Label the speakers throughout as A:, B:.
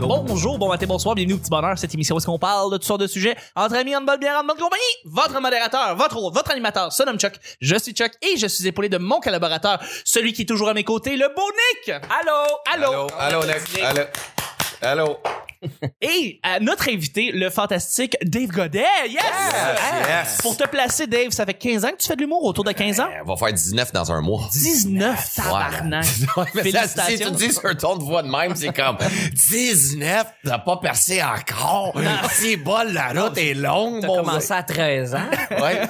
A: Bonjour, bon matin, bonsoir, bienvenue au Petit Bonheur, cette émission où est-ce qu'on parle de toutes sortes de sujets entre amis, en bonne bière, en bonne compagnie. Votre modérateur, votre hôte, votre animateur, son nom Chuck, je suis Chuck et je suis épaulé de mon collaborateur, celui qui est toujours à mes côtés, le beau Nick! Allô! Allô!
B: Allô, allô, Nick. Allô. Allô.
A: Et à notre invité, le fantastique Dave Godet! Yes! Ah!
B: yes.
A: Pour te placer, Dave, ça fait 15 ans que tu fais de l'humour, autour de 15 ans?
B: Elle Eh, va faire 19 dans un mois.
A: 19, tabarnak!
B: Ouais, mais ça, si tu
A: Félicitations.
B: le dis sur un ton de voix de même, c'est comme 19, t'as pas percé encore. C'est bol, la route est longue,
C: T'as
B: mon
C: commencé à 13 ans.
B: Dieu. Ouais.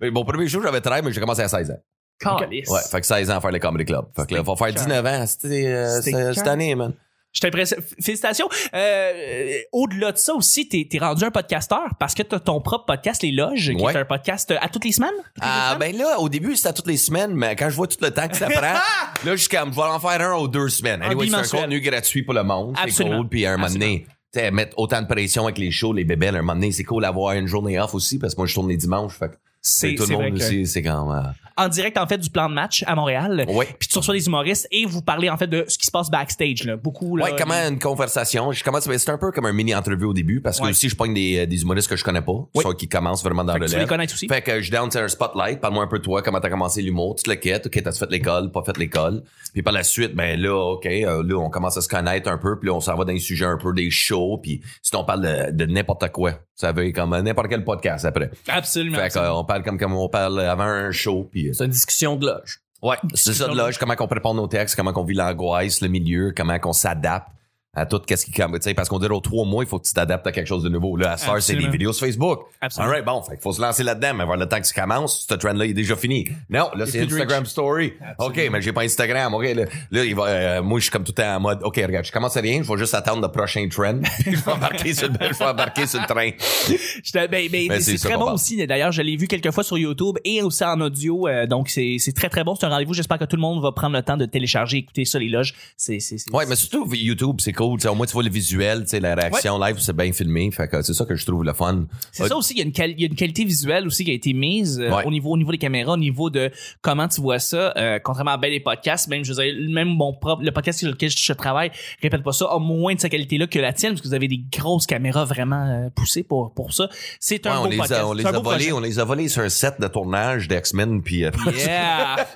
B: Mais mon premier show, j'avais 13, mais j'ai commencé à 16 ans.
A: Calisse.
B: Ouais, fait que 16 ans à faire le Comedy Club. Fait que là, va faire 19 ans c'était, euh,
A: C'était
B: c'est-
A: cœur.
B: cette année, man.
A: Je t'impressionne. Félicitations. Euh, euh, Au-delà de ça aussi, t'es es rendu un podcasteur parce que t'as ton propre podcast, Les Loges, qui
B: Ouais.
A: est un podcast euh, à toutes les semaines. Toutes les
B: Ah,
A: deux semaines?
B: ben là, au début, c'était à toutes les semaines, mais quand je vois tout le temps que ça prend, là, je suis comme, je vais en faire un ou deux semaines.
A: Un
B: Anyway, c'est un
A: bimensuel.
B: contenu gratuit pour le monde. C'est
A: Absolument.
B: cool. Puis à un moment donné, tu sais, mettre autant de pression avec les shows, les bébelles, à un moment donné, c'est cool d'avoir une journée off aussi, parce que moi, je tourne les dimanches. Fait que
A: C'est-
B: tout
A: c'est
B: le
A: vrai
B: monde
A: que-
B: aussi, c'est euh, quand même.
A: En direct, en fait, du plan de match à Montréal.
B: Ouais.
A: Puis tu reçois des humoristes et vous parlez, en fait, de ce qui se passe backstage, là. Beaucoup, là.
B: Ouais, comment une conversation. Je commence, ben, c'est un peu comme un mini entrevue au début parce que
A: Ouais.
B: aussi je pogne des, euh, des humoristes que je connais pas,
A: Oui.
B: soit qui commencent vraiment dans
A: Fait que
B: le
A: tu veux les connaître aussi.
B: Fait que je down sur un spotlight, parle-moi un peu de toi, comment t'as commencé l'humour, tu te le quittes, ok, t'as fait l'école, pas fait l'école. Puis par la suite, ben là, ok, euh, là on commence à se connaître un peu, puis là on s'en va dans les sujets un peu des shows, puis sinon on parle de, de n'importe quoi. Ça veut dire comme euh, n'importe quel podcast après.
A: Absolument.
B: Fait que, euh, on parle comme, comme on parle avant un show, puis euh,
C: C'est une discussion de loge.
B: Ouais, c'est ça de loge, comment qu'on prépare nos textes, comment qu'on vit l'angoisse, le milieu, comment qu'on s'adapte à tout qu'est-ce qui comme tu sais parce qu'on dit aux trois mois il faut que tu t'adaptes à quelque chose de nouveau là à ce heure, c'est
A: Absolument.
B: des vidéos sur Facebook
A: Absolument.
B: alright bon fait qu'il faut se lancer là-dedans mais avoir le temps que tu commences ce trend là il est déjà fini non là c'est
A: plus de
B: Instagram story ok mais j'ai pas Instagram ok là, là, il va euh, moi je suis comme tout le temps en mode ok regarde je commence à rien je vais juste attendre le prochain trend puis je vais embarquer sur le je vais embarquer sur le train
A: Je te- ben, ben,
B: Mais
A: c'est
B: c'est ça
A: très
B: qu'on
A: bon
B: parle.
A: aussi. D'ailleurs, je l'ai vu quelques fois sur YouTube et aussi en audio. euh, donc, c'est c'est très, très bon. C'est un rendez-vous. J'espère que tout le monde va prendre le temps de télécharger, écouter ça, les loges. C'est, c'est, c'est-
B: Ouais, mais surtout YouTube, c'est cool. T'sais, au moins, tu vois le visuel, t'sais, la réaction live, c'est bien filmé. Fait que c'est ça que je trouve le fun.
A: C'est
B: Euh,
A: ça aussi, il y, a une quali- il y a une qualité visuelle aussi qui a été mise euh,
B: Ouais.
A: au, niveau, au niveau des caméras, au niveau de comment tu vois ça. Euh, contrairement à bien des podcasts, même je veux dire, même mon propre, le podcast sur lequel je, je travaille, répète pas ça, a moins de cette qualité-là que la tienne, parce que vous avez des grosses caméras vraiment euh, poussées pour, pour ça. C'est
B: Ouais,
A: un
B: on,
A: beau
B: les
A: podcast.
B: a, on les
A: C'est un
B: a
A: beau
B: volés,
A: projet.
B: on les a volés sur un set de tournage d'X-Men, puis euh,
A: Yeah!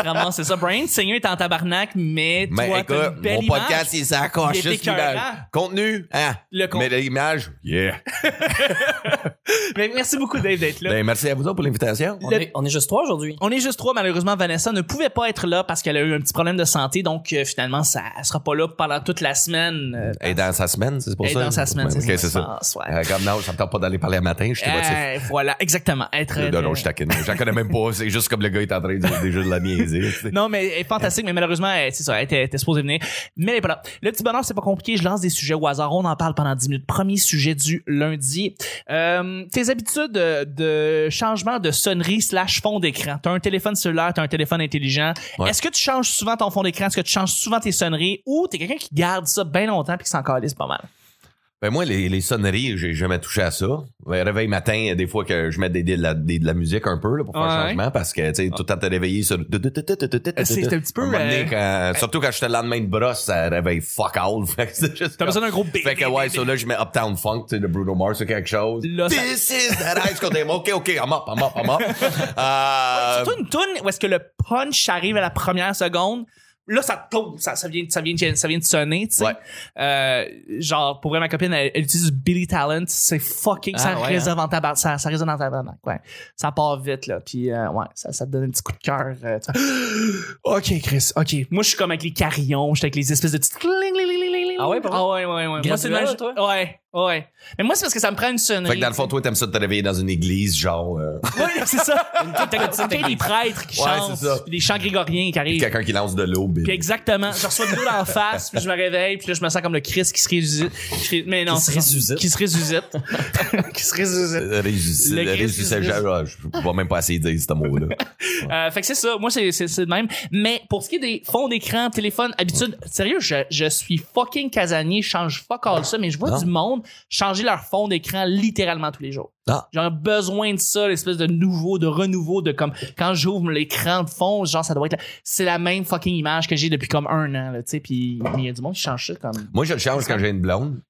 A: Tu ramasses ça. Brian Seigneur est en tabarnak, mais,
B: Mais
A: toi, t'as
B: ben, écoute,
A: une belle
B: mon
A: image.
B: podcast, il
A: Il
B: s'accroche
A: était
B: juste l'image.
A: écœurant.
B: Contenu, hein?
A: Le con-
B: Mais l'image, yeah.
A: Mais Ben, merci beaucoup, Dave, d'être là.
B: Ben, merci à vous autres pour l'invitation.
C: On,
A: Le-
C: est, on est juste trois aujourd'hui.
A: On est juste trois, malheureusement. Vanessa ne pouvait pas être là parce qu'elle a eu un petit problème de santé, donc euh, finalement, ça, elle sera pas là pendant toute la semaine. Euh,
B: Et dans sa semaine, c'est pour
A: elle est
B: ça? Ben,
A: dans sa semaine,
B: Ok,
A: c'est
B: c'est ça.
A: ça. Ouais.
B: Euh, Comme non, ça me tente pas d'aller parler le matin, je suis motivé.
A: Euh, voilà, exactement. Être, euh,
B: Non, non, je taquine. J'en connais même pas. C'est juste comme le gars est en train de, déjà de la niaiser. t'sais.
A: Non, mais elle est fantastique, mais malheureusement, elle- c'est ça, elle était, elle était supposée venir. Mais elle est pas là. Le petit bonheur, c'est pas compliqué. Je lance des sujets au hasard. On en parle pendant 10 minutes. Premier sujet du lundi. Euh, tes habitudes euh, de changement de sonnerie slash fond d'écran. T'as un téléphone cellulaire, t'as un téléphone intelligent.
B: Ouais.
A: Est-ce que tu changes souvent ton fond d'écran? Est-ce que tu changes souvent tes sonneries? Ou t'es quelqu'un qui garde ça bien longtemps puis qui s'en calisse pas mal?
B: Ben moi, les, les sonneries, j'ai jamais touché à ça. Ben, réveil matin, des fois que je mets des, des- la, des- de la musique un peu là, pour faire
A: Ouais.
B: un changement parce que tu sais, tout le temps t'es réveillé sur. C'est
A: un petit peu, euh,
B: Surtout quand j'étais le lendemain de brosse, ça réveille fuck all. Fait que c'est juste
A: T'as
B: comme-
A: besoin d'un gros bébé.
B: Fait que ouais, ça là, je mets Uptown Funk, tu sais, de Bruno Mars ou quelque chose.
A: Là, ça-
B: This is that ice cream. OK, OK, I'm up, I'm up, I'm up. Euh,
A: Surtout une toune où est-ce que le punch arrive à la première seconde. Là, ça te tombe, ça, ça vient, ça vient, de- ça vient de sonner, tu sais.
B: Ouais.
A: Euh, genre, pour vrai, ma copine, elle, elle utilise du Billy Talent, c'est fucking, ça,
C: Ah, ouais,
A: résonne en tabar- ça, ça résonne en tabarnak, ouais. Ça part vite, là, puis euh, ouais, ça, ça te donne un petit coup de cœur. euh, tu fais, ok, Chris, ok. Moi, je suis comme avec les carillons, je suis avec les espèces de petites...
C: Ah ouais, pour vrai?
A: Ah ouais, ouais, ouais. Moi,
C: Graduel,
A: c'est le même-
C: toi?
A: Ouais, ouais. Mais moi, c'est parce que ça me prend une sonnerie.
B: Fait que dans le fond, toi, t'aimes ça de te réveiller dans une église, genre euh,
A: Ouais, c'est ça. T'as t'as des prêtres qui
B: Ouais,
A: chantent,
B: c'est ça.
A: puis des chants grégoriens qui arrivent.
B: quelqu'un qui lance de l'eau.
A: Puis
B: Bill.
A: exactement, je reçois de l'eau dans la face, puis je me réveille, puis là je me sens comme le Christ qui se résuscite. Qui se- Mais non,
C: Qui se
A: c'est-
C: résuscite.
A: Qui se résuscite. qui se résuscite.
B: Euh, Régis-
A: Le Christ
B: Régis-
A: Christ.
B: Je vais même pas essayer de dire ce mot-là.
A: Euh, fait que c'est ça, moi c'est c'est c'est le même. Mais pour ce qui est des fonds d'écran, téléphone, habitude, sérieux, je, je suis fucking casanier, je change fuck all ça, mais je vois
B: Non.
A: du monde changer leur fond d'écran littéralement tous les jours.
B: Ah.
A: J'ai besoin de ça, l'espèce de nouveau, de renouveau, de comme quand j'ouvre l'écran de fond, genre ça doit être, la- c'est la même fucking image que j'ai depuis comme un an, là, tu sais, puis mais il y a du monde qui change ça comme.
B: Moi, je le change quand j'ai une blonde.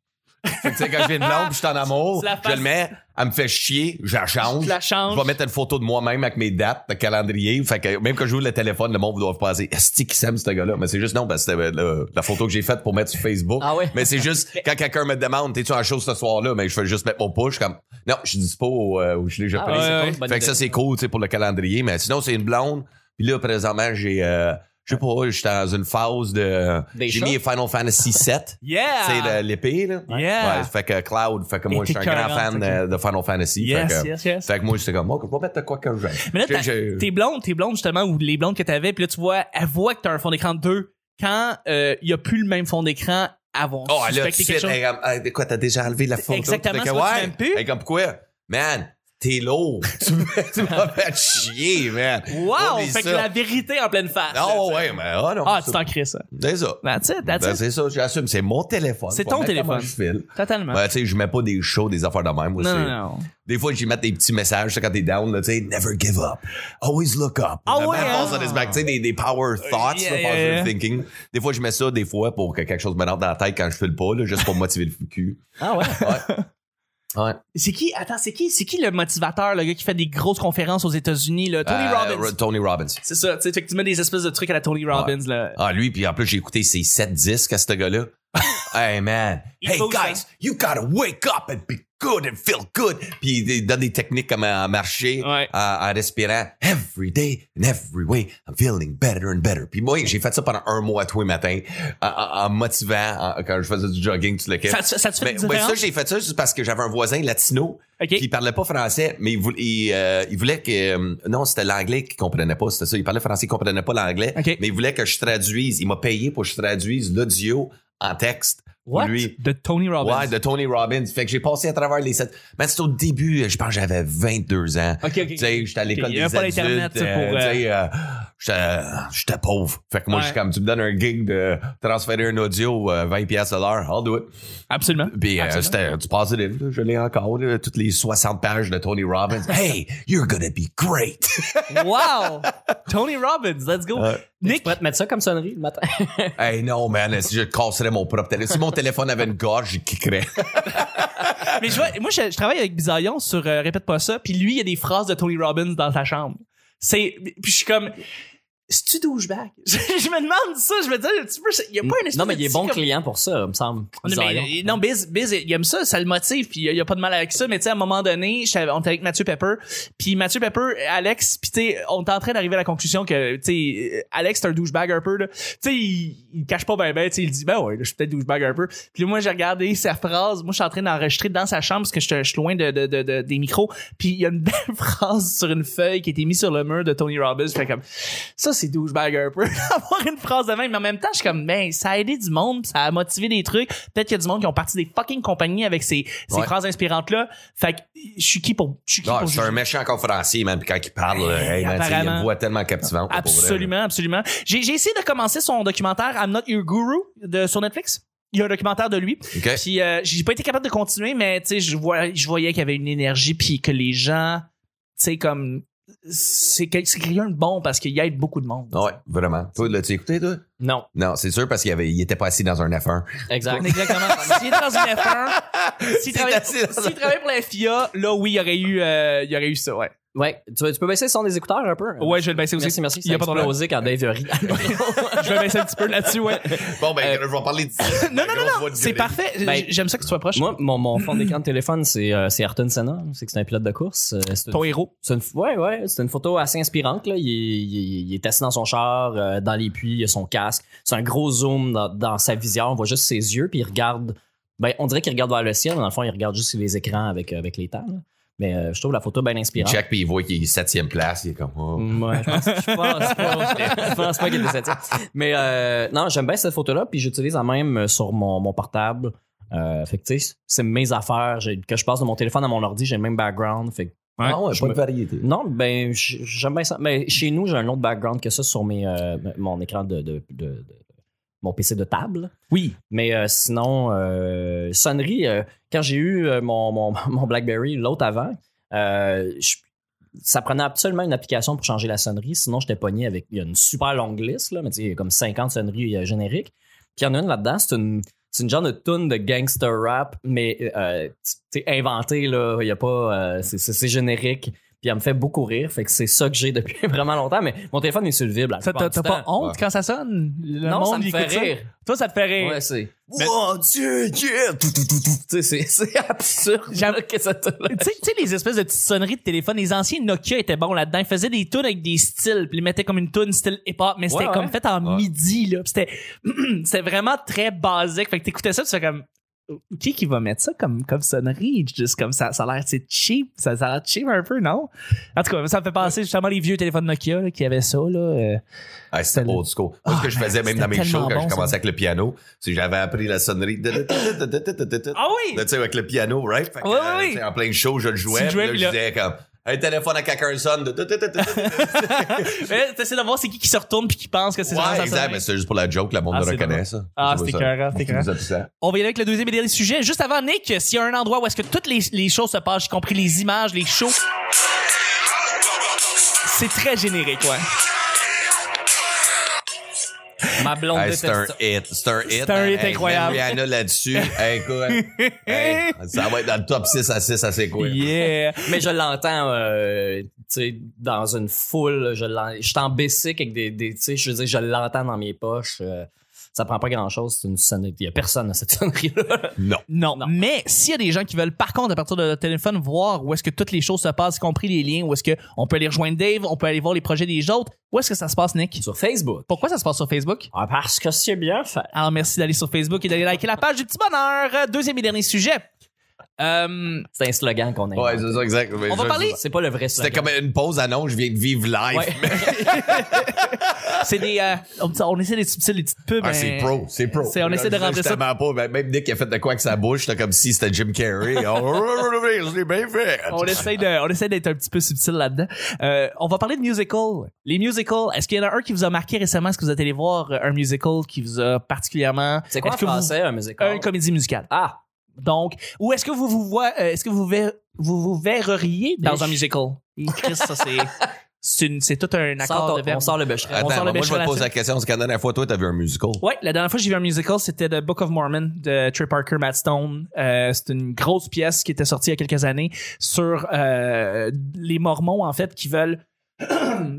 B: Fait que, tu sais, quand j'ai une blonde, puis je suis en amour,
A: C'est la
B: je
A: face-
B: le mets, elle me fait chier, je la change.
A: Tu la changes.
B: Je vais mettre une photo de moi-même avec mes dates, le calendrier. Fait que même quand je joue le téléphone, le monde vous doit penser, est-ce qu'il s'aime, ce gars-là? Mais c'est juste non, parce que c'était le- la photo que j'ai faite pour mettre sur Facebook.
C: Ah ouais?
B: Mais c'est juste, quand quelqu'un me demande, t'es-tu en show ce soir-là? Mais je fais juste mettre mon push comme, non, je suis dispo au, euh, au
C: Ah,
B: gilet japonais.
A: ouais, ouais.
B: Fait que ça, c'est cool, tu sais, pour le calendrier. Mais sinon, c'est une blonde. Puis là, présentement, j'ai, euh, je sais pas, je suis dans une phase de,
C: Des
B: j'ai
C: chats? Ah.
B: mis Final Fantasy 7. C'est
A: Yeah!
B: le- l'épée, là.
A: Yeah.
B: Ouais, fait que Cloud, fait que moi,
A: Et
B: je suis un
A: t'es
B: grand
A: cohérent,
B: fan
A: ok.
B: euh, de Final Fantasy.
A: Yes,
B: fait, que,
A: yes, yes.
B: fait que moi, j'étais comme, oh, je vais mettre de quoi que j'aime.
A: Mais là,
B: J'ai-
A: t'as-
B: j'ai-
A: t'es blonde, t'es blonde justement, ou les blondes que t'avais, puis là, tu vois, elle voit que t'as un fond d'écran 2 quand euh, il y a plus le même fond d'écran avant.
B: Oh, là, tout de suite, elle est comme, Ah, de quoi, t'as déjà enlevé la photo?
A: Exactement,
B: Fait que,
A: c'est quoi, tu m'aimes plus?
B: Elle est comme, pourquoi? Man, t'es lourd. tu me- tu m'as fait chier, man.
A: Wow!
B: Oublie
A: Fait que
B: ça.
A: la vérité en pleine face.
B: Non, ouais, mais, ah, non.
A: Ah,
B: c'est-
A: tu t'en crées ça.
B: C'est ça.
A: That's it, that's
B: Ben,
A: it.
B: c'est ça, j'assume. C'est mon téléphone.
A: C'est
B: Faut
A: ton
B: mettre
A: téléphone.
B: comment je file.
A: Totalement.
B: Ben, tu sais, je mets pas des shows, des affaires de même.
A: non,
B: Moi, c'est-
A: non, non.
B: Des fois, j'y mets des petits messages ça, quand t'es down, là, tu sais, never give up, always look up.
A: Ah
B: Ma
A: ouais,
B: mère pense
A: hein?
B: à des bacs, tu sais, des, des power thoughts,
A: yeah,
B: là,
A: yeah,
B: positive
A: yeah.
B: thinking. Des fois, je mets ça, des fois, pour que quelque chose me rentre dans la tête quand je file pas, là, juste pour motiver le cul.
C: Ah ouais?
B: Ouais.
A: C'est qui, attends, c'est qui, c'est qui le motivateur, le gars qui fait des grosses conférences aux États-Unis, là? Tony
B: Euh,
A: Robbins.
B: Ro- Tony Robbins.
A: c'est ça, tu sais, fait que tu mets des espèces de trucs à la Tony Robbins, là.
B: Ah, lui, puis en plus, j'ai écouté ses 7 disques à ce gars-là. hey, man.
A: Il
B: hey,
A: faut ça.
B: guys, you gotta wake up and be good and feel good. Puis il donne des techniques comme à marcher,
A: Ouais.
B: à- en respirant. Every day and every way, I'm feeling better and better. Puis moi, j'ai fait ça pendant un mois tous les matins, en, en- en motivant, en- quand je faisais du jogging, tu le
A: Ça, ça, ça te fait
B: mais,
A: une
B: mais
A: différence?
B: ça, j'ai fait ça juste parce que j'avais un voisin latino
A: Ok.
B: qui parlait pas français, mais il voulait, il, euh, il voulait que... euh, non, c'était l'anglais qu'il comprenait pas, c'était ça. Il parlait français, il comprenait pas l'anglais,
A: Ok.
B: mais il voulait que je traduise. Il m'a payé pour que je traduise l'audio en texte. pour
A: What?
B: Lui.
A: De Tony Robbins.
B: Ouais, de Tony Robbins. Fait que j'ai passé à travers les sept... Mais c'est au début, je pense que j'avais 22 ans.
A: Ok, ok.
B: Tu sais, j'étais à l'école
A: Ok, il y
B: des
A: avait
B: adultes.
A: pas l'Internet, tu sais,
B: euh,
A: pour, euh,
B: tu sais, euh, j'étais- j'étais pauvre. Fait que moi,
A: Ouais.
B: je suis comme, tu me donnes un gig de transférer un audio euh, 20 pièces à l'heure, I'll do it.
A: Absolument.
B: Puis euh, c'était du positive, là. je l'ai encore, là, toutes les 60 pages de Tony Robbins. Hey, you're gonna be great!
A: wow! Tony Robbins, let's go.
B: Ouais.
C: Nick. Tu
A: Nick,
C: pourrais te mettre ça comme sonnerie le matin.
B: hey non, man, si je casserais mon propre téléphone. Si mon téléphone avait une gorge, j'y kickerais.
A: mais je vois, moi, je, je travaille avec Bisaillon sur euh, Répète pas ça, puis lui, il y a des phrases de Tony Robbins dans sa chambre. C'est, puis je suis comme, c'est-tu douchebag? je me demande ça, je me dis, un petit peu, il y a pas une espèce
C: Non, mais il est
A: de petit
C: bon
A: comme-
C: client pour ça, il me semble.
A: Non, mais, euh, non, Biz, Biz, il aime ça, ça le motive, puis il y a pas de mal avec ça, mais tu sais, à un moment donné, j'étais- on était avec Mathieu Pepper, puis Mathieu Pepper, Alex, puis tu sais, on est en train d'arriver à la conclusion que, tu sais, euh, Alex, c'est un douchebag un peu, là. Tu sais, il, il cache pas ben ben, tu sais, il dit, ben ouais, là, je suis peut-être douchebag un peu. Puis là, moi, j'ai regardé sa phrase, moi, je suis en train d'enregistrer dans sa chambre, parce que je suis- je suis loin de, de- de- de- des micros, puis il y a une belle phrase sur une feuille qui a été mise sur le mur de Tony Robbins, fait comme, ça, c'est douchebag un peu, avoir une phrase de même, mais en même temps, je suis comme, ben, ça a aidé du monde, puis ça a motivé des trucs. Peut-être qu'il y a du monde qui ont parti des fucking compagnies avec ces, ces
B: Ouais.
A: phrases inspirantes-là. Fait que, je suis qui pour, je suis qui
B: Non,
A: pour
B: c'est un
A: juger?
B: méchant conférencier, man, puis quand il parle, là, hey, man, tu sais, il a
A: Apparemment.
B: une voix tellement captivante. pour vrai, là.
A: Absolument, absolument. J'ai, j'ai essayé de commencer son documentaire I'm Not Your Guru de, sur Netflix. Il y a un documentaire de lui.
B: OK.
A: Puis euh, j'ai pas été capable de continuer, mais tu sais, je, vois, je voyais qu'il y avait une énergie, puis que les gens, tu sais, comme. C'est, quel- c'est quelqu'un de bon parce qu'il aide beaucoup de monde.
B: Ouais, vraiment. Toi, l'as-tu écouté, toi?
C: Non,
B: Non, c'est sûr parce qu'il avait, il était pas assis dans un F1.
C: exact.
A: Exactement. S'il est dans une F1, s'il
B: C'est
A: travaille,
B: assez dans
A: s'il travaille pour la FIA, là, oui, il y aurait eu, euh, il y aurait eu ça, ouais.
C: Ouais, tu, veux- tu peux baisser le son des écouteurs un peu?
A: Ouais, je vais le baisser aussi.
C: Ah, Merci, merci.
A: Il y a pas de problème.
C: musique quand Dave a ri.
A: Je vais baisser un petit peu là-dessus, ouais.
B: Bon, ben, je vais en parler d'ici.
A: Euh, Non, non, non, non. C'est parfait.
C: Ben,
A: J'aime ça que tu sois proche.
C: Moi, mon, mon fond d'écran de téléphone, c'est euh, c'est Ayrton Senna. C'est que c'est un pilote de course. Euh, c'est
A: Ton héros.
C: C'est une, ouais, ouais, c'est une photo assez inspirante. Là. Il, est, il est- il est assis dans son char, euh, dans les puits, il a son casque. C'est un gros zoom dans, dans sa vision. On voit juste ses yeux, puis il regarde. Ben, on dirait qu'il regarde vers le ciel, mais dans le fond, il regarde juste sur les écrans avec, euh, avec les temps. là. Mais euh, je trouve la photo bien
B: Il
C: inspirante.
B: check, puis il voit qu'il est septième place, il est comme, oh.
C: Mm, ouais, je pense, je pense pas, je pense pas qu'il était septième. Mais euh, non, j'aime bien cette photo-là, puis j'utilise la même euh, sur mon, mon portable. Euh, fait que tu sais, c'est mes affaires. J'ai- Que je passe de mon téléphone à mon ordi, j'ai le même background. Fait que
A: Ouais,
B: Ah ouais,
C: je
B: pas
C: me-
B: de variété.
C: Non, ben, j- j'aime bien ça. Mais chez nous, j'ai un autre background que ça sur mes, euh, mon écran de, de- de- de- mon PC de table.
A: Oui.
C: Mais euh, sinon, euh, sonnerie, euh, quand j'ai eu euh, mon, mon- mon Blackberry, l'autre avant, euh, je- ça prenait absolument une application pour changer la sonnerie. Sinon, j'étais pogné avec. Il y a une super longue liste, là, mais tu sais, il y a comme 50 sonneries euh, génériques. Puis il y en a une là-dedans, c'est une. C'est une genre de tune de gangster rap, mais euh, t'sais, inventé, là. Il y a pas. euh, c'est- c'est c'est générique. Puis elle me fait beaucoup rire. Fait que c'est ça que j'ai depuis vraiment longtemps. Mais mon téléphone est sur le vibre. la
A: Ça,
C: plupart
A: T'as
C: du
A: t'as pas
C: temps.
A: honte
B: Ouais.
A: quand ça sonne? Le
C: Non,
A: monde,
C: ça me
A: il
C: fait
A: écoute ça.
C: rire.
A: Toi, ça te fait rire.
C: Ouais, c'est.
A: Mais-
B: Wow, Dieu, yeah! Tout, tout, tout, tout.
C: Tu sais, c'est- c'est absurde.
A: J'avoue-
C: que ça te-
A: Tu sais- tu sais, les espèces de petites sonneries de téléphone, les anciens Nokia étaient bons là-dedans. Ils faisaient des tunes avec des styles, puis ils mettaient comme une tune style hip-hop, mais c'était
C: Ouais,
A: comme
C: ouais.
A: fait en
B: Ouais.
A: midi, là. Puis C'était, c'était vraiment très basique. Fait que t'écoutais ça, tu fais comme, qui qui va mettre ça comme, comme sonnerie? Juste comme ça, ça a l'air, c'est cheap. Ça, ça a l'air cheap un peu, non? En tout cas, ça me fait penser justement les vieux téléphones Nokia, là, qui avaient ça, là. euh.
B: Ah,
A: C'était
B: c'était
A: le-
B: old school. Moi,
A: Ah,
B: ce que je faisais
A: man,
B: même dans mes
A: c'était
B: shows
A: tellement
B: quand
A: bon,
B: je commençais avec le piano, c'est que j'avais appris la sonnerie. Ah
A: Ah oui!
B: Là, tu sais, avec le piano, right? Fait que,
A: Oui, oui,
B: euh,
A: oui.
B: tu sais, En plein show, je le
A: Tu
B: jouais.
A: le
B: Puis
A: jouais,
B: là,
A: puis
B: je
A: là-
B: disais comme, un téléphone à quelqu'un sonne. de-
A: Mais T'essaies de voir c'est qui qui se retourne puis qui pense que c'est vraiment
B: Ouais,
A: ça,
B: exact.
A: sonnerie.
B: Mais c'est juste pour la joke, le monde
A: Ah,
B: le
A: c'est
B: reconnaît,
A: drôle.
B: ça.
A: Ah,
B: Je
A: c'était
B: vois ça.
A: écœurant, c'était
B: Je trouve ça puissant.
A: On va y aller avec le deuxième et dernier sujet. Juste avant, Nick, s'il y a un endroit où est-ce que toutes les, les choses se passent, y compris les images, les shows, c'est très générique, ouais.
C: Ma blonde
B: Hey,
C: déteste
B: c'est un
C: ça.
B: hit, c'est un hit. hein.
A: C'est un hit
B: Hey,
A: incroyable.
B: même Rihanna là-dessus. Hey, écoute. Hey, ça va être dans le top 6 à 6 à c'est quoi?
A: Yeah.
C: Mais je l'entends, euh, tu sais, dans une foule. Je l'en- je suis en basic avec des, des tu sais, je veux dire, je l'entends dans mes poches. euh, ça prend pas grand chose. C'est une sonnerie. Il y a personne à cette sonnerie-là.
B: Non.
A: Non. Mais s'il y a des gens qui veulent, par contre, à partir de leur téléphone, voir où est-ce que toutes les choses se passent, y compris les liens, où est-ce que on peut aller rejoindre Dave, on peut aller voir les projets des autres, où est-ce que ça se passe, Nick?
C: Sur Facebook.
A: Pourquoi ça se passe sur Facebook?
C: Ah, parce que c'est bien fait.
A: Alors, merci d'aller sur Facebook et d'aller liker la page du petit bonheur. Deuxième et dernier sujet. Euh,
C: C'est un slogan qu'on a.
B: Ouais, c'est ça, exact. Mais
A: va
B: je-
A: parler-
C: c'est pas le vrai
B: C'était
C: slogan.
B: comme une pause annonce, je viens de vivre live.
C: Ouais.
A: c'est des, euh, on, on essaie des subtils, des petites pubs.
B: Ah, c'est
A: mais-
B: pro, c'est pro.
A: Ben, C'est- on essaie de
B: Là, je
A: rentrer
B: sais
A: ça-
B: tellement pas, mais même Nick qui a fait de quoi avec sa bouche, là, comme si c'était Jim Carrey. Oh, je l'ai bien fait.
A: on essaie de, on essaie d'être un petit peu subtil là-dedans. Euh, on va parler de musical. Les musicals. Est-ce qu'il y en a un qui vous a marqué récemment? Est-ce que vous êtes allé voir euh, un musical qui vous a particulièrement
C: C'est quoi en
A: Est-ce que vous-
C: français, un musical?
A: une comédie musicale?
C: Ah,
A: Donc, ou est-ce que vous vous voyez, euh, est-ce que vous ver- vous vous verriez dans
C: Mais
A: un
C: je-
A: musical? Chris, ça c'est c'est une- c'est tout un accord
C: sort ton-
A: de verbe.
C: on sort le bûcheron.
A: On
B: Attends,
A: sort le
B: moi, je vais
A: bécherel
B: te poser
A: là-dessus.
B: la question, parce que la dernière fois, toi, t'as vu un musical.
A: Ouais, la dernière fois que j'ai vu un musical, c'était The Book of Mormon de Trey Parker, Matt Stone. Euh, c'est une grosse pièce qui était sortie il y a quelques années sur euh, les Mormons, en fait, qui veulent tu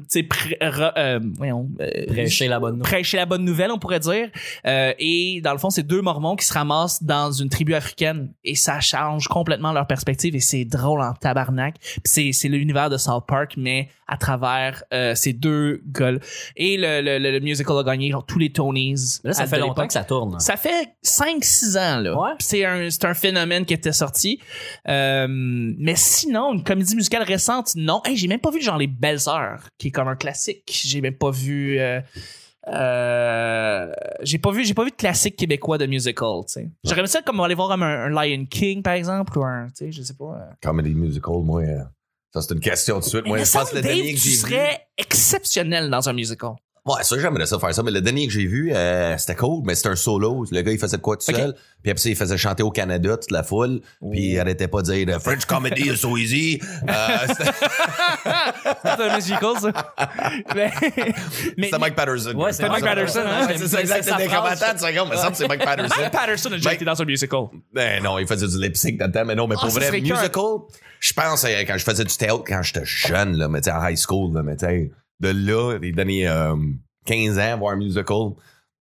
A: sais, pr- re- euh, voyons, euh,
B: Ah,
C: Prêcher la bonne nouvelle.
A: prêcher la bonne nouvelle, on pourrait dire. Euh, et dans le fond, c'est deux Mormons qui se ramassent dans une tribu africaine et ça change complètement leur perspective et c'est drôle en tabarnak. Puis c'est c'est l'univers de South Park, mais à travers euh, ces deux gueules. Et le, le, le- le musical a gagné genre, tous les Tonys.
C: Mais Là, ça
A: à-
C: fait
A: de
C: longtemps
A: l'époque.
C: que ça tourne. hein.
A: Ça fait 5-6 ans, là.
C: Ouais.
A: Puis C'est un, c'est un phénomène qui était sorti. Euh, mais sinon, une comédie musicale récente, non. Hey, j'ai même pas vu genre Les Belles-Sœurs, qui est comme un classique. J'ai même pas vu. euh, euh, j'ai pas vu j'ai pas vu de classique québécois de musical tu sais j'aurais aimé ça comme aller voir comme un, un Lion King par exemple ou un tu sais je sais pas euh.
B: Comedy musical, moi, euh, ça, c'est une question tout de suite. Moi,
A: Mais
B: je
A: me
B: pense que
A: semble,
B: le
A: Dave,
B: dernier que
A: tu
B: j'ai vu-
A: serais exceptionnel dans un musical
B: Ouais, ça, j'aimerais ça faire ça, mais le dernier que j'ai vu, euh, c'était cool, mais c'était un solo. Le gars, il faisait de quoi tout
A: Ok.
B: seul, puis après ça, il faisait chanter au Canada toute la foule, puis il arrêtait pas de dire « French comedy is so easy Euh, c'était-
A: c'est un musical ça mais, mais
B: C'était Mike Patterson.
C: Ouais, c'est
A: Mike Patterson, hein?
B: Ouais, c'est ça, exact.
C: C'est sa
B: C'était comme
C: phrase.
B: attends une seconde, mais ça, c'est Mike Patterson.
A: Mike Patterson a déjà
B: Mike-
A: été dans un musical
B: Ben non, il faisait du lip sync dans le temps, mais non, mais
A: Ah,
B: pour
A: ça
B: vrai,
A: serait
B: musical, je pense euh, quand je faisais du théâtre quand j'étais jeune, là, mais tu sais, en high school, là, mais tu sais, de là, les derniers euh, 15 ans, voir un musical.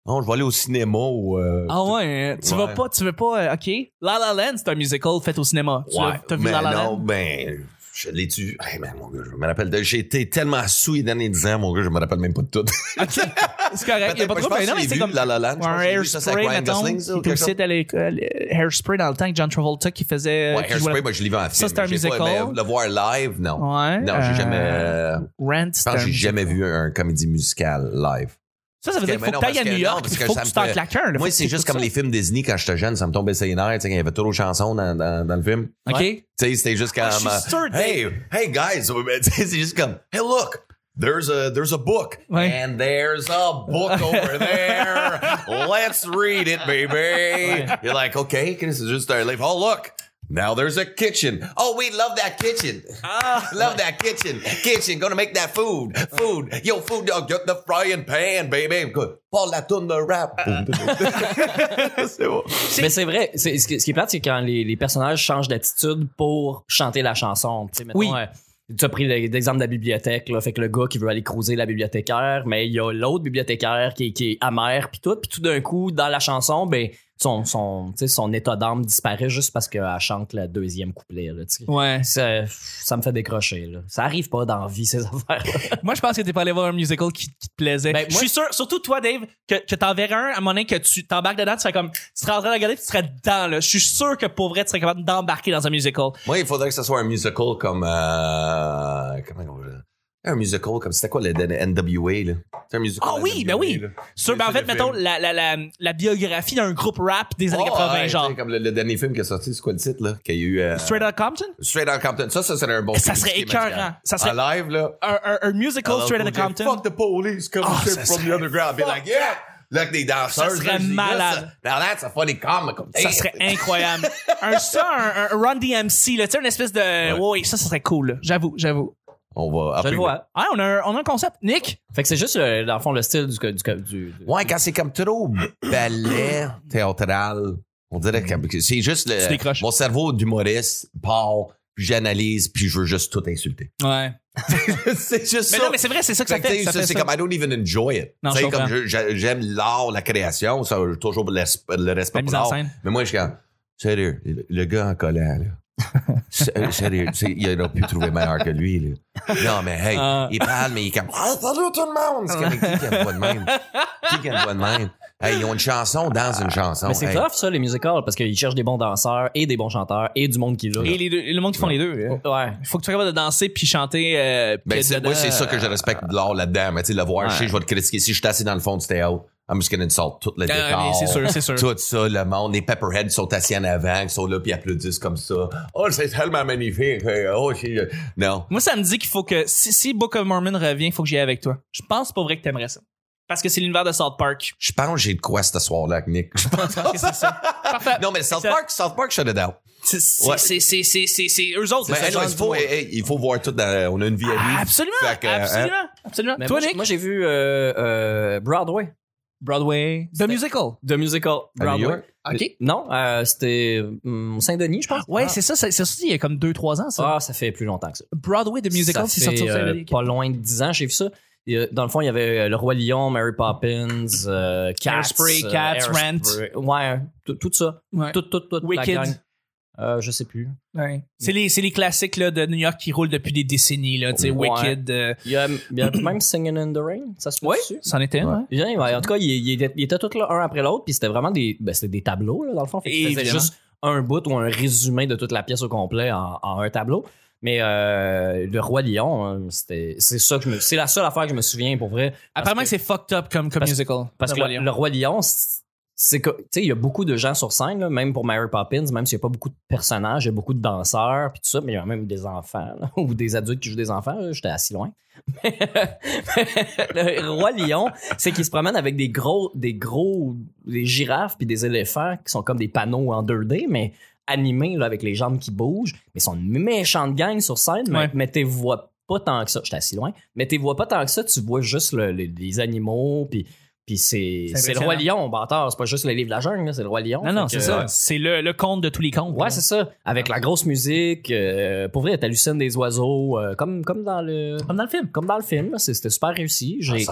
B: Non, je vais aller au cinéma ou. euh,
A: Ah ouais, hein. tu
B: Ouais.
A: vas pas, tu veux pas, euh, ok. La La Land, c'est un musical fait au cinéma. Tu l'as-
B: ouais,
A: t'as vu
B: mais
A: La La
B: non,
A: Land?
B: ben. Je l'ai tu. Hey, man, mon gars, je me rappelle. de- J'ai été tellement sous les derniers 10 ans, mon gars, je me rappelle même pas de tout.
A: Ok, c'est correct. Il y a
B: Peut-être
A: pas
B: pas,
A: trop,
B: je pense
A: mais non,
B: que
A: mais
B: j'ai
A: c'est
B: vu
A: comme
B: La La Land, je
A: un
B: pense que j'ai vu ça, c'est
A: Hairspray,
B: avec Ryan
A: mettons,
B: Gosling, ça, ou
A: qui était
B: quelque
A: aussi à l'école. euh, Hairspray dans le temps avec John Travolta qui faisait. euh,
B: Ouais,
A: qui jouait-
B: Hairspray, moi, je l'ai vu en film.
A: Ça, c'est un
B: J'ai pas-
A: musical.
B: mais Le voir live, non.
A: Ouais.
B: Non, j'ai
A: euh,
B: jamais. euh,
A: Rent,
B: Je
A: c'est
B: pense
A: un
B: que j'ai
A: musical.
B: jamais vu un comédie musicale live.
A: Ça, ça veut
B: que-
A: dire qu'il
B: mais
A: faut
B: non,
A: que t'ailles à
B: parce que
A: New
B: non,
A: York,
B: parce
A: il
B: que
A: faut
B: ça
A: que tu
B: me
A: t'en
B: fait-
A: claques un. là. Faut
B: Moi,
A: que
B: c'est
A: tu
B: juste
A: écoutes
B: comme les films Disney quand j'étais jeune, ça me tombait sur les nerfs, tu sais, quand il y avait toujours chansons dans, dans, dans le film.
A: ça. Ok.
B: Tu sais, c'était juste comme.
A: Ah, je suis
B: euh,
A: sûr, Dave.
B: hey, hey guys, Tu sais, c'est juste comme, hey look, there's a, there's a book.
A: Ouais.
B: And there's a book over there. Let's read it, baby. You're like, okay, c'est juste un livre. Oh look. Now there's a kitchen. Oh, we love that kitchen. Love that kitchen. Kitchen, gonna make that food. Food. Yo, food, yo, get the frying pan, baby. Good. Paul la tourne le rap. c'est bon.
C: Mais c'est vrai, c'est- ce qui ce qui est plate, c'est quand les, les personnages changent d'attitude pour chanter la chanson. Tu sais, mettons,
A: Oui.
C: euh, tu as pris le- l'exemple de la bibliothèque, là, fait que le gars qui veut aller croiser la bibliothécaire, mais il y a l'autre bibliothécaire qui, est- qui est amer, puis tout, puis tout d'un coup, dans la chanson, ben, son, son, tu sais, son état d'âme disparaît juste parce qu'elle chante le deuxième couplet. Là, tu sais.
A: Ouais.
C: ça, ça me fait décrocher. Là. Ça arrive pas dans la vie, ces affaires
A: Moi, je pense que t'es pas allé voir un musical qui, qui te plaisait.
C: Ben, moi-
A: je suis sûr, surtout toi, Dave, que, que t'en verrais un à un moment donné que tu t'embarques dedans, tu serais comme, tu serais en train de regarder, puis tu serais dedans, là. Je suis sûr que pour vrai, tu serais capable d'embarquer dans un musical.
B: Moi, il faudrait que ce soit un musical comme. euh, comment on dit? Un musical comme. C'était quoi le NWA, là? C'est un musical.
A: Ah oui,
B: NWA,
A: ben oui.
B: là.
A: Sur, ben, en
B: C'est
A: fait,
B: le
A: mettons,
B: film.
A: la, la, la, la biographie d'un groupe rap des années
B: Oh,
A: 80,
B: ouais,
A: genre.
B: tu sais, Comme le, le dernier film qui est sorti, c'est quoi le titre, là? Qui a eu. euh,
A: Straight Outta Compton?
B: Straight Outta Compton. Ça, ça serait un bon
A: Ça
B: film
A: serait
B: cinématographe.
A: écœurant. Ça serait-
B: En live, là.
A: Un, un, un musical
B: LL
A: Straight Outta
B: Cool J,
A: Compton?
B: Fuck the police, come
A: Ah,
B: straight
A: ça
B: from
A: serait
B: the underground. Be like, yeah! Là, avec des
A: Ça
B: danseurs.
A: serait
B: là, je dis, là,
A: malade.
B: ça- Now that's a funny comic.
A: Ça serait incroyable. un ça, un, un Run DMC, là, tu sais, une espèce de. Ouais, ouais, ça, ça serait cool, là. J'avoue, j'avoue.
B: On va.
C: Je le vois.
A: Ah, on a, un, on a un concept. Nick?
C: Fait que c'est juste, euh, dans le fond, le style du... du, du- du-
B: Ouais, quand c'est comme trop ballet, théâtral, on dirait
A: Mm.
B: que c'est juste
A: Tu
B: le.
A: décroches.
B: Mon cerveau d'humoriste part, puis j'analyse, puis je veux juste tout insulter.
A: Ouais.
B: c'est juste
A: Mais
B: ça.
A: non, mais c'est vrai, c'est ça que ça
B: Fait que, tu
A: fait.
B: sais,
A: ça
B: ça,
A: fait
B: c'est
A: ça.
B: comme I don't even enjoy it.
A: Non,
B: Tu sais,
A: je comprends.
B: comme je- j'a- j'aime l'art, la création, ça j'ai toujours le, le respect
A: La
B: pour
A: mise en
B: l'art.
A: scène.
B: Mais moi je suis comme sérieux, le, le gars en collant là. S- euh, Sérieux, tu sais, il aurait pu trouver meilleur que lui. Là. Non, mais hey,
A: Ah.
B: il parle, mais il est comme Ah, Salut tout le monde! C'est comme qui qui aime pas de même? Qui qui aime pas de même? Hey, ils ont une chanson, dans une chanson.
C: Mais c'est
B: Hey,
C: tough, ça, les musicals, parce qu'ils cherchent des bons danseurs et des bons chanteurs et du monde qui l'a.
A: Et les deux- le monde qui font les deux. là.
C: Ouais.
A: Faut que tu sois capable de danser puis chanter. euh, puis
B: Ben,
A: être
B: c'est,
A: dedans.
B: moi, c'est ça que
A: euh,
B: je respecte de l'art là-dedans. Mais tu sais, le voir,
C: Ouais.
B: je sais, je vais te critiquer. Si je suis assis dans le fond du théâtre, I'm just gonna insult tout le
A: Ah,
B: décor.
A: mais c'est sûr, c'est sûr.
B: Tout ça, le monde. Les Pepperheads sont assis en avant, qui sont là, puis applaudissent comme ça. Oh, c'est tellement magnifique. Euh, Oh, c'est- Non.
A: Moi, ça me dit qu'il faut que. Si, si Book of Mormon revient, il faut que j'y aille avec toi. Je pense pas vrai que t'aimerais ça. Parce que c'est l'univers de South Park.
B: Je pense que j'ai de quoi ce soir-là avec Nick. Je pense
A: Ok, c'est ça. Parfait.
B: Non, mais South
A: Ça-
B: Park, South Park, shut it down.
A: C'est-
B: Ouais.
A: C'est c'est- c'est- c'est- c'est- c'est eux autres.
B: Mais
A: c'est ce
B: anyway,
A: genre
B: il
A: d'humour.
B: faut, eh, eh, il faut voir tout dans, on a une vie à vivre.
A: Absolument.
B: Fait que, euh,
A: absolument. absolument.
C: Mais
A: Toi,
C: moi, j'ai-
A: Nick?
C: moi, j'ai vu euh, euh, Broadway.
A: Broadway. The Musical.
C: The Musical.
B: À New
C: Broadway.
B: York?
C: OK. Non, euh, c'était hum, Saint-Denis, je pense.
A: Ouais,
C: Ah.
A: c'est ça. C'est ça, il y a comme 2-3 ans, ça.
C: Ah, ça fait plus longtemps que ça.
A: Broadway, The Musical,
C: Ça
A: c'est
C: fait,
A: sorti au
C: euh,
A: Saint-Denis.
C: pas loin de 10 ans, j'ai vu ça. Et, euh, Dans le fond, il y avait euh, Le Roi Lion, Mary Poppins, euh, Cats.
A: Hairspray,
C: euh,
A: Cats,
C: Hairspray. Ouais, tout tout ça.
A: Ouais.
C: Tout, tout, tout. la
A: Wicked.
C: gang. Euh, je sais plus.
A: Ouais. C'est les, c'est les classiques là, de New York qui roulent depuis des décennies. Là, tu sais,
C: Ouais.
A: Wicked. euh,
C: Il y a, il y a même Singing in the Rain, ça se peut
A: Ouais,
C: dessus?
A: c'en était une.
B: Ouais.
A: ouais.
C: Bien, ouais, en tout cas, ils il étaient il était tous là, un après l'autre, puis c'était vraiment des, ben, c'était des tableaux, là, dans le fond. Fait qu'ils faisaient
A: Évidemment.
C: juste un bout ou un résumé de toute la pièce au complet en, en un tableau. Mais euh, le Roi Lion, hein, c'était, c'est ça que je me, c'est la seule affaire que je me souviens pour vrai. Parce
A: Apparemment, que c'est fucked up comme, comme
C: parce-
A: musical.
C: Parce
A: Le
C: que
A: Roi
C: le,
A: Lion.
C: le Roi Lion, c'est- c'est que, tu sais, il y a beaucoup de gens sur scène, là, même pour Mary Poppins, même s'il n'y a pas beaucoup de personnages, il y a beaucoup de danseurs, puis tout ça, mais il y a même des enfants, là, ou des adultes qui jouent des enfants, là, j'étais assis loin. le Roi Lion, c'est qu'il se promène avec des gros, des gros, des girafes, puis des éléphants qui sont comme des panneaux en 2D, mais animés, là, avec les jambes qui bougent, mais ils sont une méchante gang sur scène, mais,
A: Ouais.
C: mais t'es vois pas tant que ça, j'étais assis loin, mais t'es vois pas tant que ça, tu vois juste le- les, les animaux, puis puis c'est
A: C'est
C: c'est le
A: impressionnant.
C: roi lion, bâtard. C'est pas juste le livre de la jungle, là, c'est le roi lion.
A: Non, non,
C: Fait
A: c'est
C: que- euh,
A: ça. C'est le, le conte de tous les contes.
C: Ouais,
A: là.
C: c'est ça. Avec la grosse musique. euh, pour vrai, t'hallucines des oiseaux. euh, comme, comme dans le.
A: Comme dans le film.
C: Comme dans le film, là, c'est- c'était super réussi. J'ai- je te-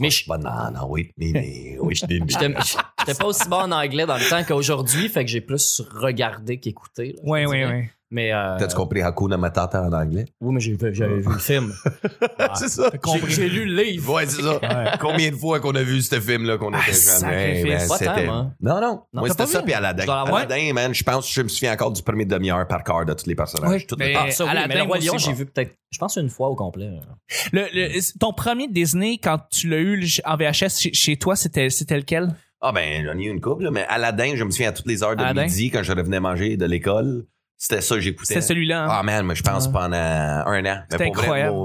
C: mais je-
B: Ah
C: J'étais j'étais pas aussi bon en anglais dans le temps qu'aujourd'hui, fait que j'ai plus regardé qu'écouté. là, je
A: Ouais,
C: te
A: ouais,
C: dirais.
A: ouais.
C: Mais. euh,
B: T'as-tu compris Hakuna Matata en anglais?
C: oui, mais j'ai vu, j'avais vu le film. Ouais.
B: C'est ça.
C: J'ai j'ai lu le livre.
B: Ouais, c'est ça. Combien de fois qu'on a vu ce film-là qu'on
A: Ah,
B: était jeune?
A: sacrifice.
B: man,
C: Pas tant,
B: c'était-
C: moi.
B: Non, non. Moi,
C: t'as
B: c'était
C: pas
B: ça,
C: vu?
B: puis Aladdin.
C: Je dois l'avoir.
B: Aladdin, man, je pense que je me souviens encore du premier demi-heure par cœur de tous les personnages.
A: Oui,
B: Toutes
A: mais-
B: les-
C: Ah, ça, oui,
A: Aladdin
C: mais le roi
A: aussi,
C: lion,
A: moi.
C: j'ai vu peut-être, je pense, une fois au complet. là.
A: Le- le- ton premier Disney, quand tu l'as eu en VHS chez, chez toi, c'était, c'était lequel?
B: Ah, ben, j'en ai eu une couple, là, mais Aladdin, je me souviens à toutes les heures de
A: Aladdin.
B: midi quand je revenais manger de l'école. C'était ça que j'écoutais.
A: C'était celui-là. hein?
B: Ah man, mais je pense
A: Ouais.
B: pendant un an. Mais
A: C'était
B: pour vrai,
A: incroyable.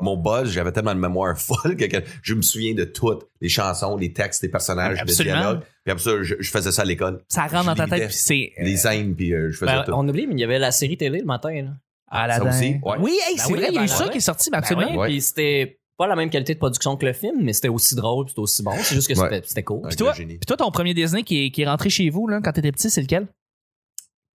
B: mon, mon buzz, j'avais tellement de mémoire folle que que je me souviens de toutes les chansons, les textes, les personnages, les
A: Absolument.
B: dialogues. Puis après ça, je, je faisais ça à l'école.
A: ça rentre dans ta tête, puis c'est.
B: Les scènes, puis euh, je faisais
C: Ben,
B: tout.
C: on oublie, mais il y avait la série télé le matin. Là.
A: Aladdin.
B: aussi, ouais.
A: Oui, hey,
C: Ben
A: c'est
C: oui,
A: vrai, il y a
C: ben
A: eu ça
C: ouais.
A: qui est sorti, ben
C: Ben
A: absolument.
C: oui, Puis c'était pas la même qualité de production que le film, mais c'était aussi drôle, c'était aussi bon. C'est juste que
B: Ouais.
C: c'était- c'était cool.
A: Puis
B: Avec
A: toi,
B: le génie.
A: puis toi, ton premier Disney qui est, qui est rentré chez vous là, quand t'étais petit, c'est lequel?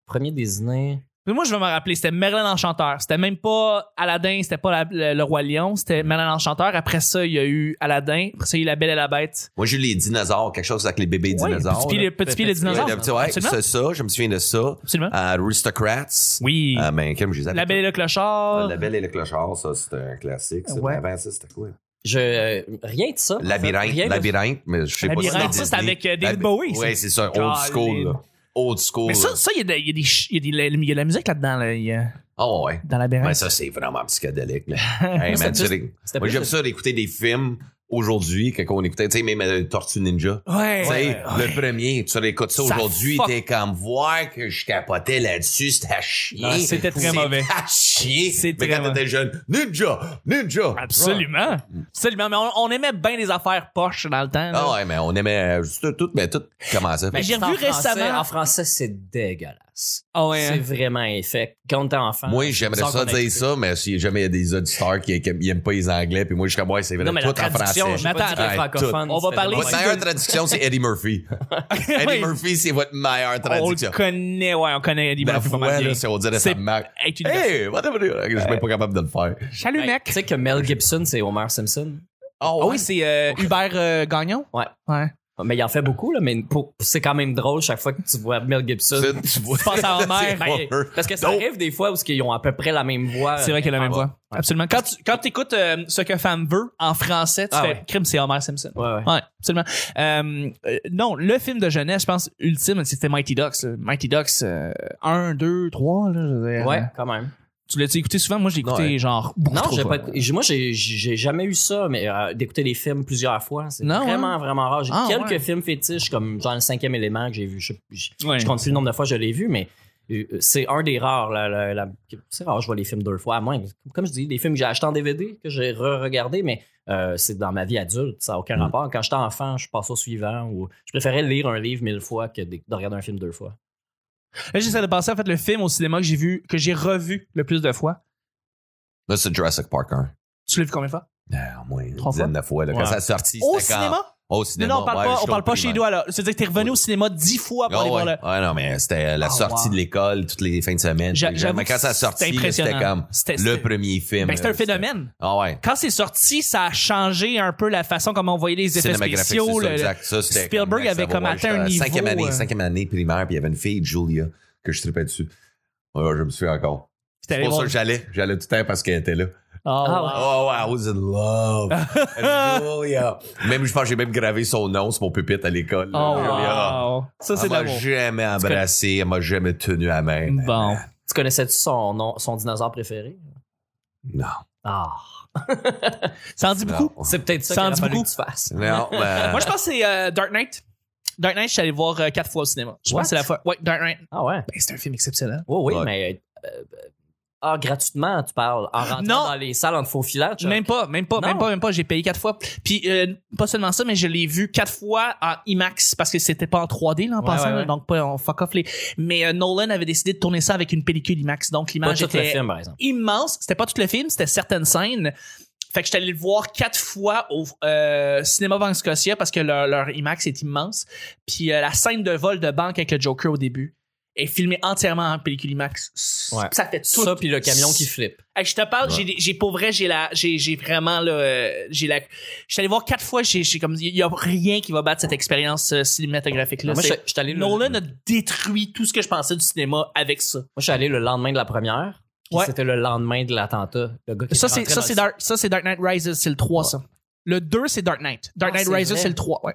C: Premier Disney.
A: Mais moi, je vais me rappeler, c'était Merlin l'Enchanteur. C'était même pas Aladdin, c'était pas la- le, le Roi Lion, c'était Merlin l'Enchanteur. Après ça, il y a eu Aladdin. Après ça, il y a eu La Belle et la Bête.
B: Moi, j'ai eu les dinosaures, quelque chose avec les bébés
A: Ouais,
B: dinosaures.
A: Petit pied,
B: là.
A: le petit pied, le
C: Petit
A: dinosaure.
B: Ouais, de- ouais,
A: absolument.
B: c'est ça, je me souviens de ça.
A: absolument.
C: Ah,
B: Euh, Aristocrats.
A: oui.
B: Euh, ben, comme je les appelle.
A: la Belle et le Clochard.
B: La Belle et le Clochard, ça, c'était un classique. ça.
A: Ouais.
B: Mais Avant ça, c'était quoi?
A: Ah,
C: Je, euh, rien de ça. en fait.
B: Labyrinthe,
C: Rien de-
B: labyrinthe, mais je sais pas si
A: Labyrinthe, ça, c'est
B: Disney.
A: avec, euh, David
B: Laby-
A: Bowie, ça.
B: Ouais, c'est ça, old
A: Golly.
B: school. là. Old school.
A: Mais
B: là.
A: ça, ça, il y a de- il y a des ch- il y a des- il y a de la musique là-dedans, là, il y a-
B: Ah ouais.
A: dans la Bérette.
B: Mais ça, c'est vraiment psychédélique. là. Hey, man,
C: c'était
B: tu sais,
C: c'était
B: moi,
C: plus
B: j'aime
C: de-
B: ça d'écouter des films aujourd'hui, que quand on écoutait, tu sais, même euh, Tortue Ninja.
A: Ouais. Ah.
B: Tu sais, le premier, tu réécoutes ça,
A: Ça
B: aujourd'hui,
A: fuck.
B: t'es comme voir que je capotais là-dessus, c'était à chier.
A: Non, c'était très mauvais.
B: C'était à chier.
A: C'est
B: Mais
A: très
B: quand
A: mauvais.
B: t'étais jeune, Ninja, Ninja.
A: Absolument. Absolument. Mais on, on aimait bien les affaires poches dans le temps. là.
B: Ah ouais, mais on aimait euh, juste tout, mais tout commençait.
A: Mais Ben, j'ai
C: c'est en
A: revu
C: français-
A: récemment-
C: En français, c'est dégueulasse.
A: Ah ouais,
C: C'est
A: hein.
C: vraiment effet. Quand t'es enfant.
B: Moi, j'aimerais
C: bizarre
B: ça
C: qu'on
B: dire
C: ait-
B: ça, mais si jamais il y a des auditeurs qui qui aiment pas les anglais, puis moi, je suis comme, ouais, c'est vrai,
C: Non, mais la
B: tout en français.
C: traduction, j'ai
A: Mais
C: pas
A: attends,
C: dit que les
B: ouais,
C: francophones,
A: tout. On va
C: c'était
A: parler
C: drôle.
B: Votre
A: Ouais.
B: meilleure traduction, c'est Eddie Murphy. Ah Eddie
A: Ouais.
B: Murphy, c'est votre meilleure
A: On le
B: traduction.
A: connaît, ouais, on connaît Eddie
B: La
A: Murphy pas
B: voix,
A: mal bien.
B: là, c'est on dirait ça
A: C'est-
B: me marque.
A: Hey, tu dis-
B: Hey, whatever. Je suis même pas capable de le faire.
A: Salut,
C: Ben, Tu
A: mec.
C: sais que Mel Gibson, c'est Homer Simpson.
B: Oh,
A: Ah oui, c'est euh, Hubert euh, Gagnon.
C: Ouais.
A: Ouais.
C: Mais il en fait beaucoup, là, mais pour- c'est quand même drôle chaque fois que tu vois Mel Gibson.
B: Euh, tu vois.
A: Tu penses à Homer.
B: C'est
C: Hey,
B: horreur.
C: Ben, Parce que ça
B: Donc-
C: arrive des fois où ils ont à peu près la même voix.
A: C'est vrai qu'elle a la même
C: Ah,
A: voix. Absolument. Quand tu quand écoutes Ce que femme veut en français, tu
C: Ah
A: fais
C: ouais.
A: crime, c'est Homer Simpson.
C: Ouais, ouais.
A: Ouais, absolument. Euh, euh, non, le film de jeunesse, je pense, ultime, c'était Mighty Ducks. là. Mighty Ducks euh, 1, 2, 3.
C: Ouais, quand même.
A: Tu l'as-tu écouté souvent? Moi, je l'ai écouté
B: Ouais.
A: genre. beaucoup
C: Non,
A: trop
C: j'ai
A: souvent.
C: pas, écouté- j'ai- moi, j'ai, j'ai jamais eu ça, mais euh, d'écouter les films plusieurs fois, c'est
A: Non,
C: vraiment, vraiment rare. J'ai
A: Ah,
C: quelques
A: ouais.
C: films fétiches, comme genre le cinquième élément que j'ai vu. Je, je,
A: Ouais.
C: je compte plus le nombre de fois que je l'ai vu, mais euh, c'est un des rares. la- la- la- c'est rare, je vois les films deux fois, à moins. que- Comme je dis, des films que j'ai achetés en DVD, que j'ai re-regardé, mais euh, c'est dans ma vie adulte, ça n'a aucun
B: Mm.
C: rapport. Quand j'étais enfant, je passais au suivant, ou je préférais lire un livre mille fois que de, de regarder un film deux fois.
A: Là, j'essaie de penser, en fait, le film au cinéma que j'ai vu, que j'ai revu le plus de fois.
B: Là, c'est Jurassic Park 1.
A: Tu l'as vu combien de fois?
B: Ah, au moins une
A: Trois
B: dizaine de fois. là. Quand
C: Ouais.
B: ça a sorti,
A: Au
B: c'était quand-
A: cinéma?
B: Au cinéma.
A: non, non, on parle
B: ouais,
A: pas,
B: j'étais
A: on parle
B: au
A: pas chez
B: primaire.
A: toi, là. C'est-à-dire que t'es revenu au cinéma dix fois pour
B: Ah
A: aller
B: ouais.
A: voir le.
B: Ouais, non, mais c'était la
A: Ah,
B: sortie
A: wow.
B: de l'école toutes les fins de semaine.
A: J'a- j'avoue
B: Mais quand ça a
A: que
B: sorti,
A: c'était
B: là, c'était
A: impressionnant.
B: comme
A: C'était-
B: le
A: c'était-
B: premier film.
A: Ben, c'est un
B: là,
A: phénomène.
B: Ah ouais.
A: Quand c'est sorti, ça a changé un peu la façon comment on voyait les effets
B: Cinématographique, c'est
A: spéciaux.
B: ça,
A: le-
B: exact. Ça, c'était
A: Spielberg
B: comme,
A: avait
B: ça va,
A: comme
B: ouais,
A: atteint
B: j'étais
A: un
B: à la
A: niveau,
B: Cinquième année,
A: euh,
B: cinquième année primaire, puis il y avait une fille, Julia, que je tripais dessus. Ouais, je me souviens encore.
A: C'était
B: C'est
A: allé
B: pour ça
A: voir-
B: que j'allais. J'allais tout le temps parce qu'elle était là.
A: Ah, ouais.
B: Oh, I was in love. And Julia. Même, je pense que j'ai même gravé son nom sur mon pupitre à l'école. là,
A: Oh,
B: Julia.
A: wow. Ça, c'est Mm. de
B: Elle m'a
A: l'amour.
B: jamais embrassé, elle m'a jamais tenu à main.
A: Bon.
C: Tu connaissais-tu son, nom- son dinosaure préféré?
B: Non.
C: Ah!
A: Ça en dit
B: Non.
A: beaucoup.
C: C'est peut-être ça
A: Ça en
C: qu'il a
A: dit
C: fallu
A: beaucoup.
C: que tu fasses.
B: Non, ben,
A: Moi, je pense que c'est euh, Dark Knight. Dark Knight, je suis allé voir euh, quatre fois au cinéma. Je
C: What?
A: pense que c'est la fois. Ouais, Dark Knight.
C: Ah ouais?
A: Ben, c'est un film exceptionnel.
C: Oui, oui,
B: Ouais.
C: mais. euh, euh, ah, gratuitement, tu parles. En rentrant
A: Non.
C: dans les salles en faux filage.
A: Même pas, même pas,
C: Non.
A: même pas, même pas. J'ai payé quatre fois. Puis, euh, pas seulement ça, mais je l'ai vu quatre fois en IMAX parce que c'était pas en 3D, là, en
C: Ouais,
A: passant.
C: ouais,
A: là,
C: ouais.
A: donc, pas en fuck off. Les... Mais euh, Nolan avait décidé de tourner ça avec une pellicule IMAX. Donc,
C: Pas
A: l'image
C: tout le
A: était
C: film, par exemple.
A: immense. C'était pas tout le film, c'était certaines scènes. Fait que j'étais allé le voir quatre fois au euh, cinéma Banque Scotia parce que leur, leur IMAX est immense. Puis euh, la scène de vol de banque avec le Joker au début est filmée entièrement en pellicule IMAX.
C: Ouais.
A: Ça fait tout.
C: Ça, puis le camion qui flippe.
A: Hey, je te parle,
B: Ouais.
A: j'ai- j'ai pour vrai, j'ai la, j'ai j'ai vraiment là, euh, j'ai la. J'étais allé voir quatre fois. J'ai j'ai comme, il y a rien qui va battre cette expérience euh, cinématographique là.
C: Moi, je je suis allé le-
A: Nolan a détruit tout ce que je pensais du cinéma avec ça.
C: moi, je suis allé le lendemain de la première. puis
A: Ouais.
C: C'était le lendemain de l'attentat. Le gars qui
A: Ça,
C: est
A: c'est,
C: rentré
A: ça,
C: dans
A: c'est
C: le-
A: Dark, ça, c'est Dark Knight Rises, c'est le 3,
C: Ouais.
A: ça. Le 2, c'est Dark Knight. Dark
C: Ah,
A: Knight
C: c'est
A: Rises,
C: vrai.
A: c'est le 3, ouais.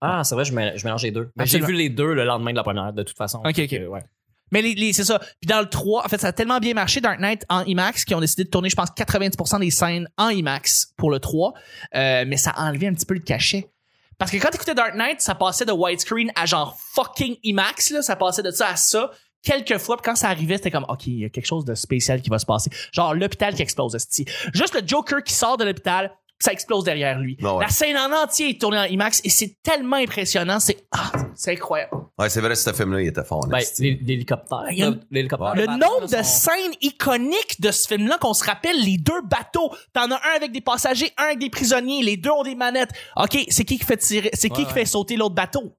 C: Ah, c'est vrai, je, mé- je mélange les deux. Mais j'ai
A: Absolument.
C: vu les deux le lendemain de la première, de toute façon.
A: Ok, ok.
C: Euh, ouais.
A: Mais les, les- c'est ça. Puis dans le 3, en fait, ça a tellement bien marché, Dark Knight, en IMAX, qu'ils ont décidé de tourner, je pense, 90% des scènes en IMAX pour le 3. Euh, mais ça a enlevé un petit peu le cachet. Parce que quand t'écoutais Dark Knight, ça passait de widescreen à genre fucking IMAX, là. Ça passait de ça à ça. quelques fois. Puis quand ça arrivait, c'était comme, OK, il y a quelque chose de spécial qui va se passer. Genre l'hôpital qui explose, esti. Juste le Joker qui sort de l'hôpital, ça explose derrière lui.
B: Ah ouais.
A: La scène en entier est tournée en IMAX et c'est tellement impressionnant. C'est ah, c'est incroyable.
B: Ouais, c'est vrai, ce film-là, il était fort. en
C: Ben,
B: esti.
C: l'hé- l'hélicoptère.
A: Il y a-
C: L'hélicoptère.
A: Le
C: bateau,
A: nombre
C: là,
A: de
C: sont-
A: scènes iconiques de ce film-là qu'on se rappelle, les deux bateaux, t'en as un avec des passagers, un avec des prisonniers, les deux ont des manettes. OK, c'est qui qui fait tirer, c'est qui
C: Ouais,
A: qui
C: ouais.
A: fait sauter l'autre bateau?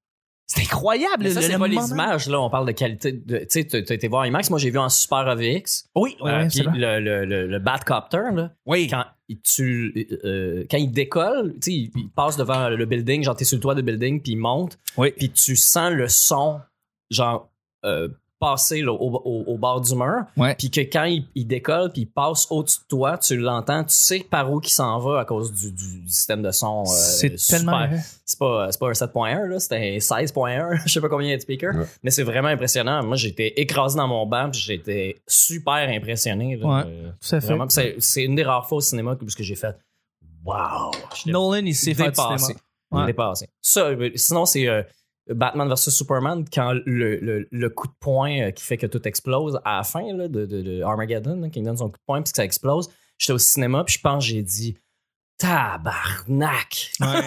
A: C'est incroyable.
C: Mais ça,
A: le-
C: c'est
A: le
C: pas les
A: moment.
C: images, là. On parle de qualité. de- Tu sais, t'as t'as été voir IMAX. Moi, j'ai vu en Super AVX.
A: Oui, oui,
C: Euh,
A: oui,
C: puis
A: absolument.
C: le, le, le, le Batcopter, là.
A: oui.
C: quand il, tu, euh, quand il décolle, tu sais, il, il passe devant le building, genre t'es sur le toit de building, puis il monte,
A: Oui.
C: puis tu sens le son, genre euh, passer là, au, au- au bord du mur,
A: Ouais.
C: puis que quand il, il décolle, puis il passe au-dessus de toi, tu l'entends, tu sais par où il s'en va à cause du, du système de son. euh,
A: c'est
C: super-
A: tellement.
C: C'est pas, c'est pas un 7.1, là, c'était un 16.1, je sais pas combien il y a de speakers,
B: Ouais.
C: mais c'est vraiment impressionnant. Moi, j'étais écrasé dans mon banc, puis j'étais super impressionné. là.
A: Ouais.
C: Euh,
A: Tout à fait.
C: Vraiment, puis c'est, c'est une des rares fois au cinéma que, parce que j'ai fait Wow! J'étais
A: Nolan, il sait faire du cinéma.
C: dépassé.
A: Ouais.
C: Dépassé. Ça, euh, sinon, c'est euh, Batman vs Superman, quand le, le- le coup de poing euh, qui fait que tout explose à la fin là, de, de- de Armageddon, là, qui donne son coup de poing puis que ça explose, j'étais au cinéma puis je pense que j'ai dit Tabarnak!
A: ah,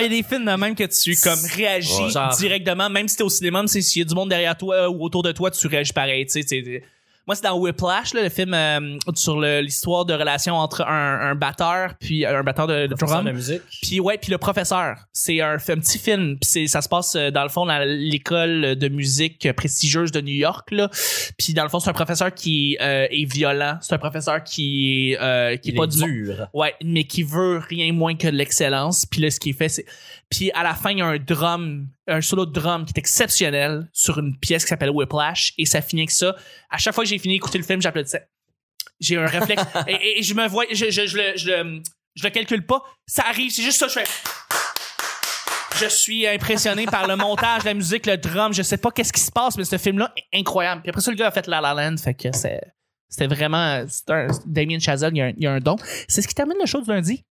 A: il y a des films de même que tu comme réagis
C: Ouais. Genre-
A: directement, même si t'es au cinéma, même si- s'il y a du monde derrière toi euh, ou autour de toi, tu réagis pareil. tu sais, tu sais. Moi, c'est dans Whiplash, là, le film euh, sur le- l'histoire de relation entre un, un batteur puis euh, un batteur de, de
C: Professeur
A: drum.
C: de musique.
A: Puis ouais, puis le professeur, c'est un, f- un petit film, puis c'est ça se passe euh, dans le fond dans l'école de musique prestigieuse de New York là. Puis dans le fond, c'est un professeur qui euh, est violent, c'est un professeur qui est, euh, qui est
C: Il
A: pas
C: est
A: du
C: dur.
A: Ouais, mais qui veut rien moins que de l'excellence. Puis là, ce qu'il fait, c'est. Puis à la fin, il y a un drum, un solo de drum qui est exceptionnel sur une pièce qui s'appelle Whiplash. Et ça finit que ça. À chaque fois que j'ai fini d'écouter le film, j'applaudissais. J'ai un réflexe. et, et- et je me vois. Je, je, je le, je, le, je le calcule pas. Ça arrive, c'est juste ça, que je fais. Je suis impressionné par le montage, la musique, le drum. Je sais pas qu'est-ce qui se passe, mais ce film-là est incroyable. Puis après ça, le gars a fait La La Land, fait que c'est- c'était vraiment. c'est un- Damien Chazelle, il y a un- il y a un don. C'est ce qui termine le show du lundi.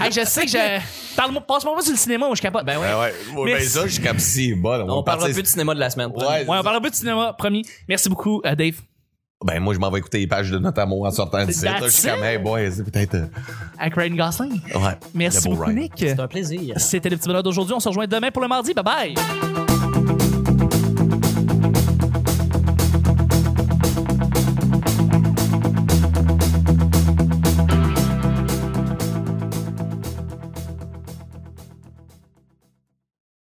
A: Hey, je sais que je. Parle-moi, passe-moi pas sur le cinéma, moi je capote. Ben
B: Ben ouais, moi, ben
A: Merci.
B: ça, je suis comme si, bon, on,
C: On
B: va
C: parlera
B: partir-
C: plus de cinéma de la semaine.
B: Ouais.
A: Ouais, on parle un peu de cinéma, promis. Merci beaucoup, euh, Dave.
B: Ben moi, je m'en vais écouter les pages de notre amour en sortant d'ici. là. Je suis
A: That's
B: comme, hey boy, c'est peut-être. euh,
A: Avec Ryan Gosling.
B: Ouais.
A: Merci
B: le beau
A: beaucoup,
B: ride.
A: Nick.
C: C'est un plaisir.
A: C'était le petit bonheur d'aujourd'hui. On se rejoint demain pour le mardi. Bye bye.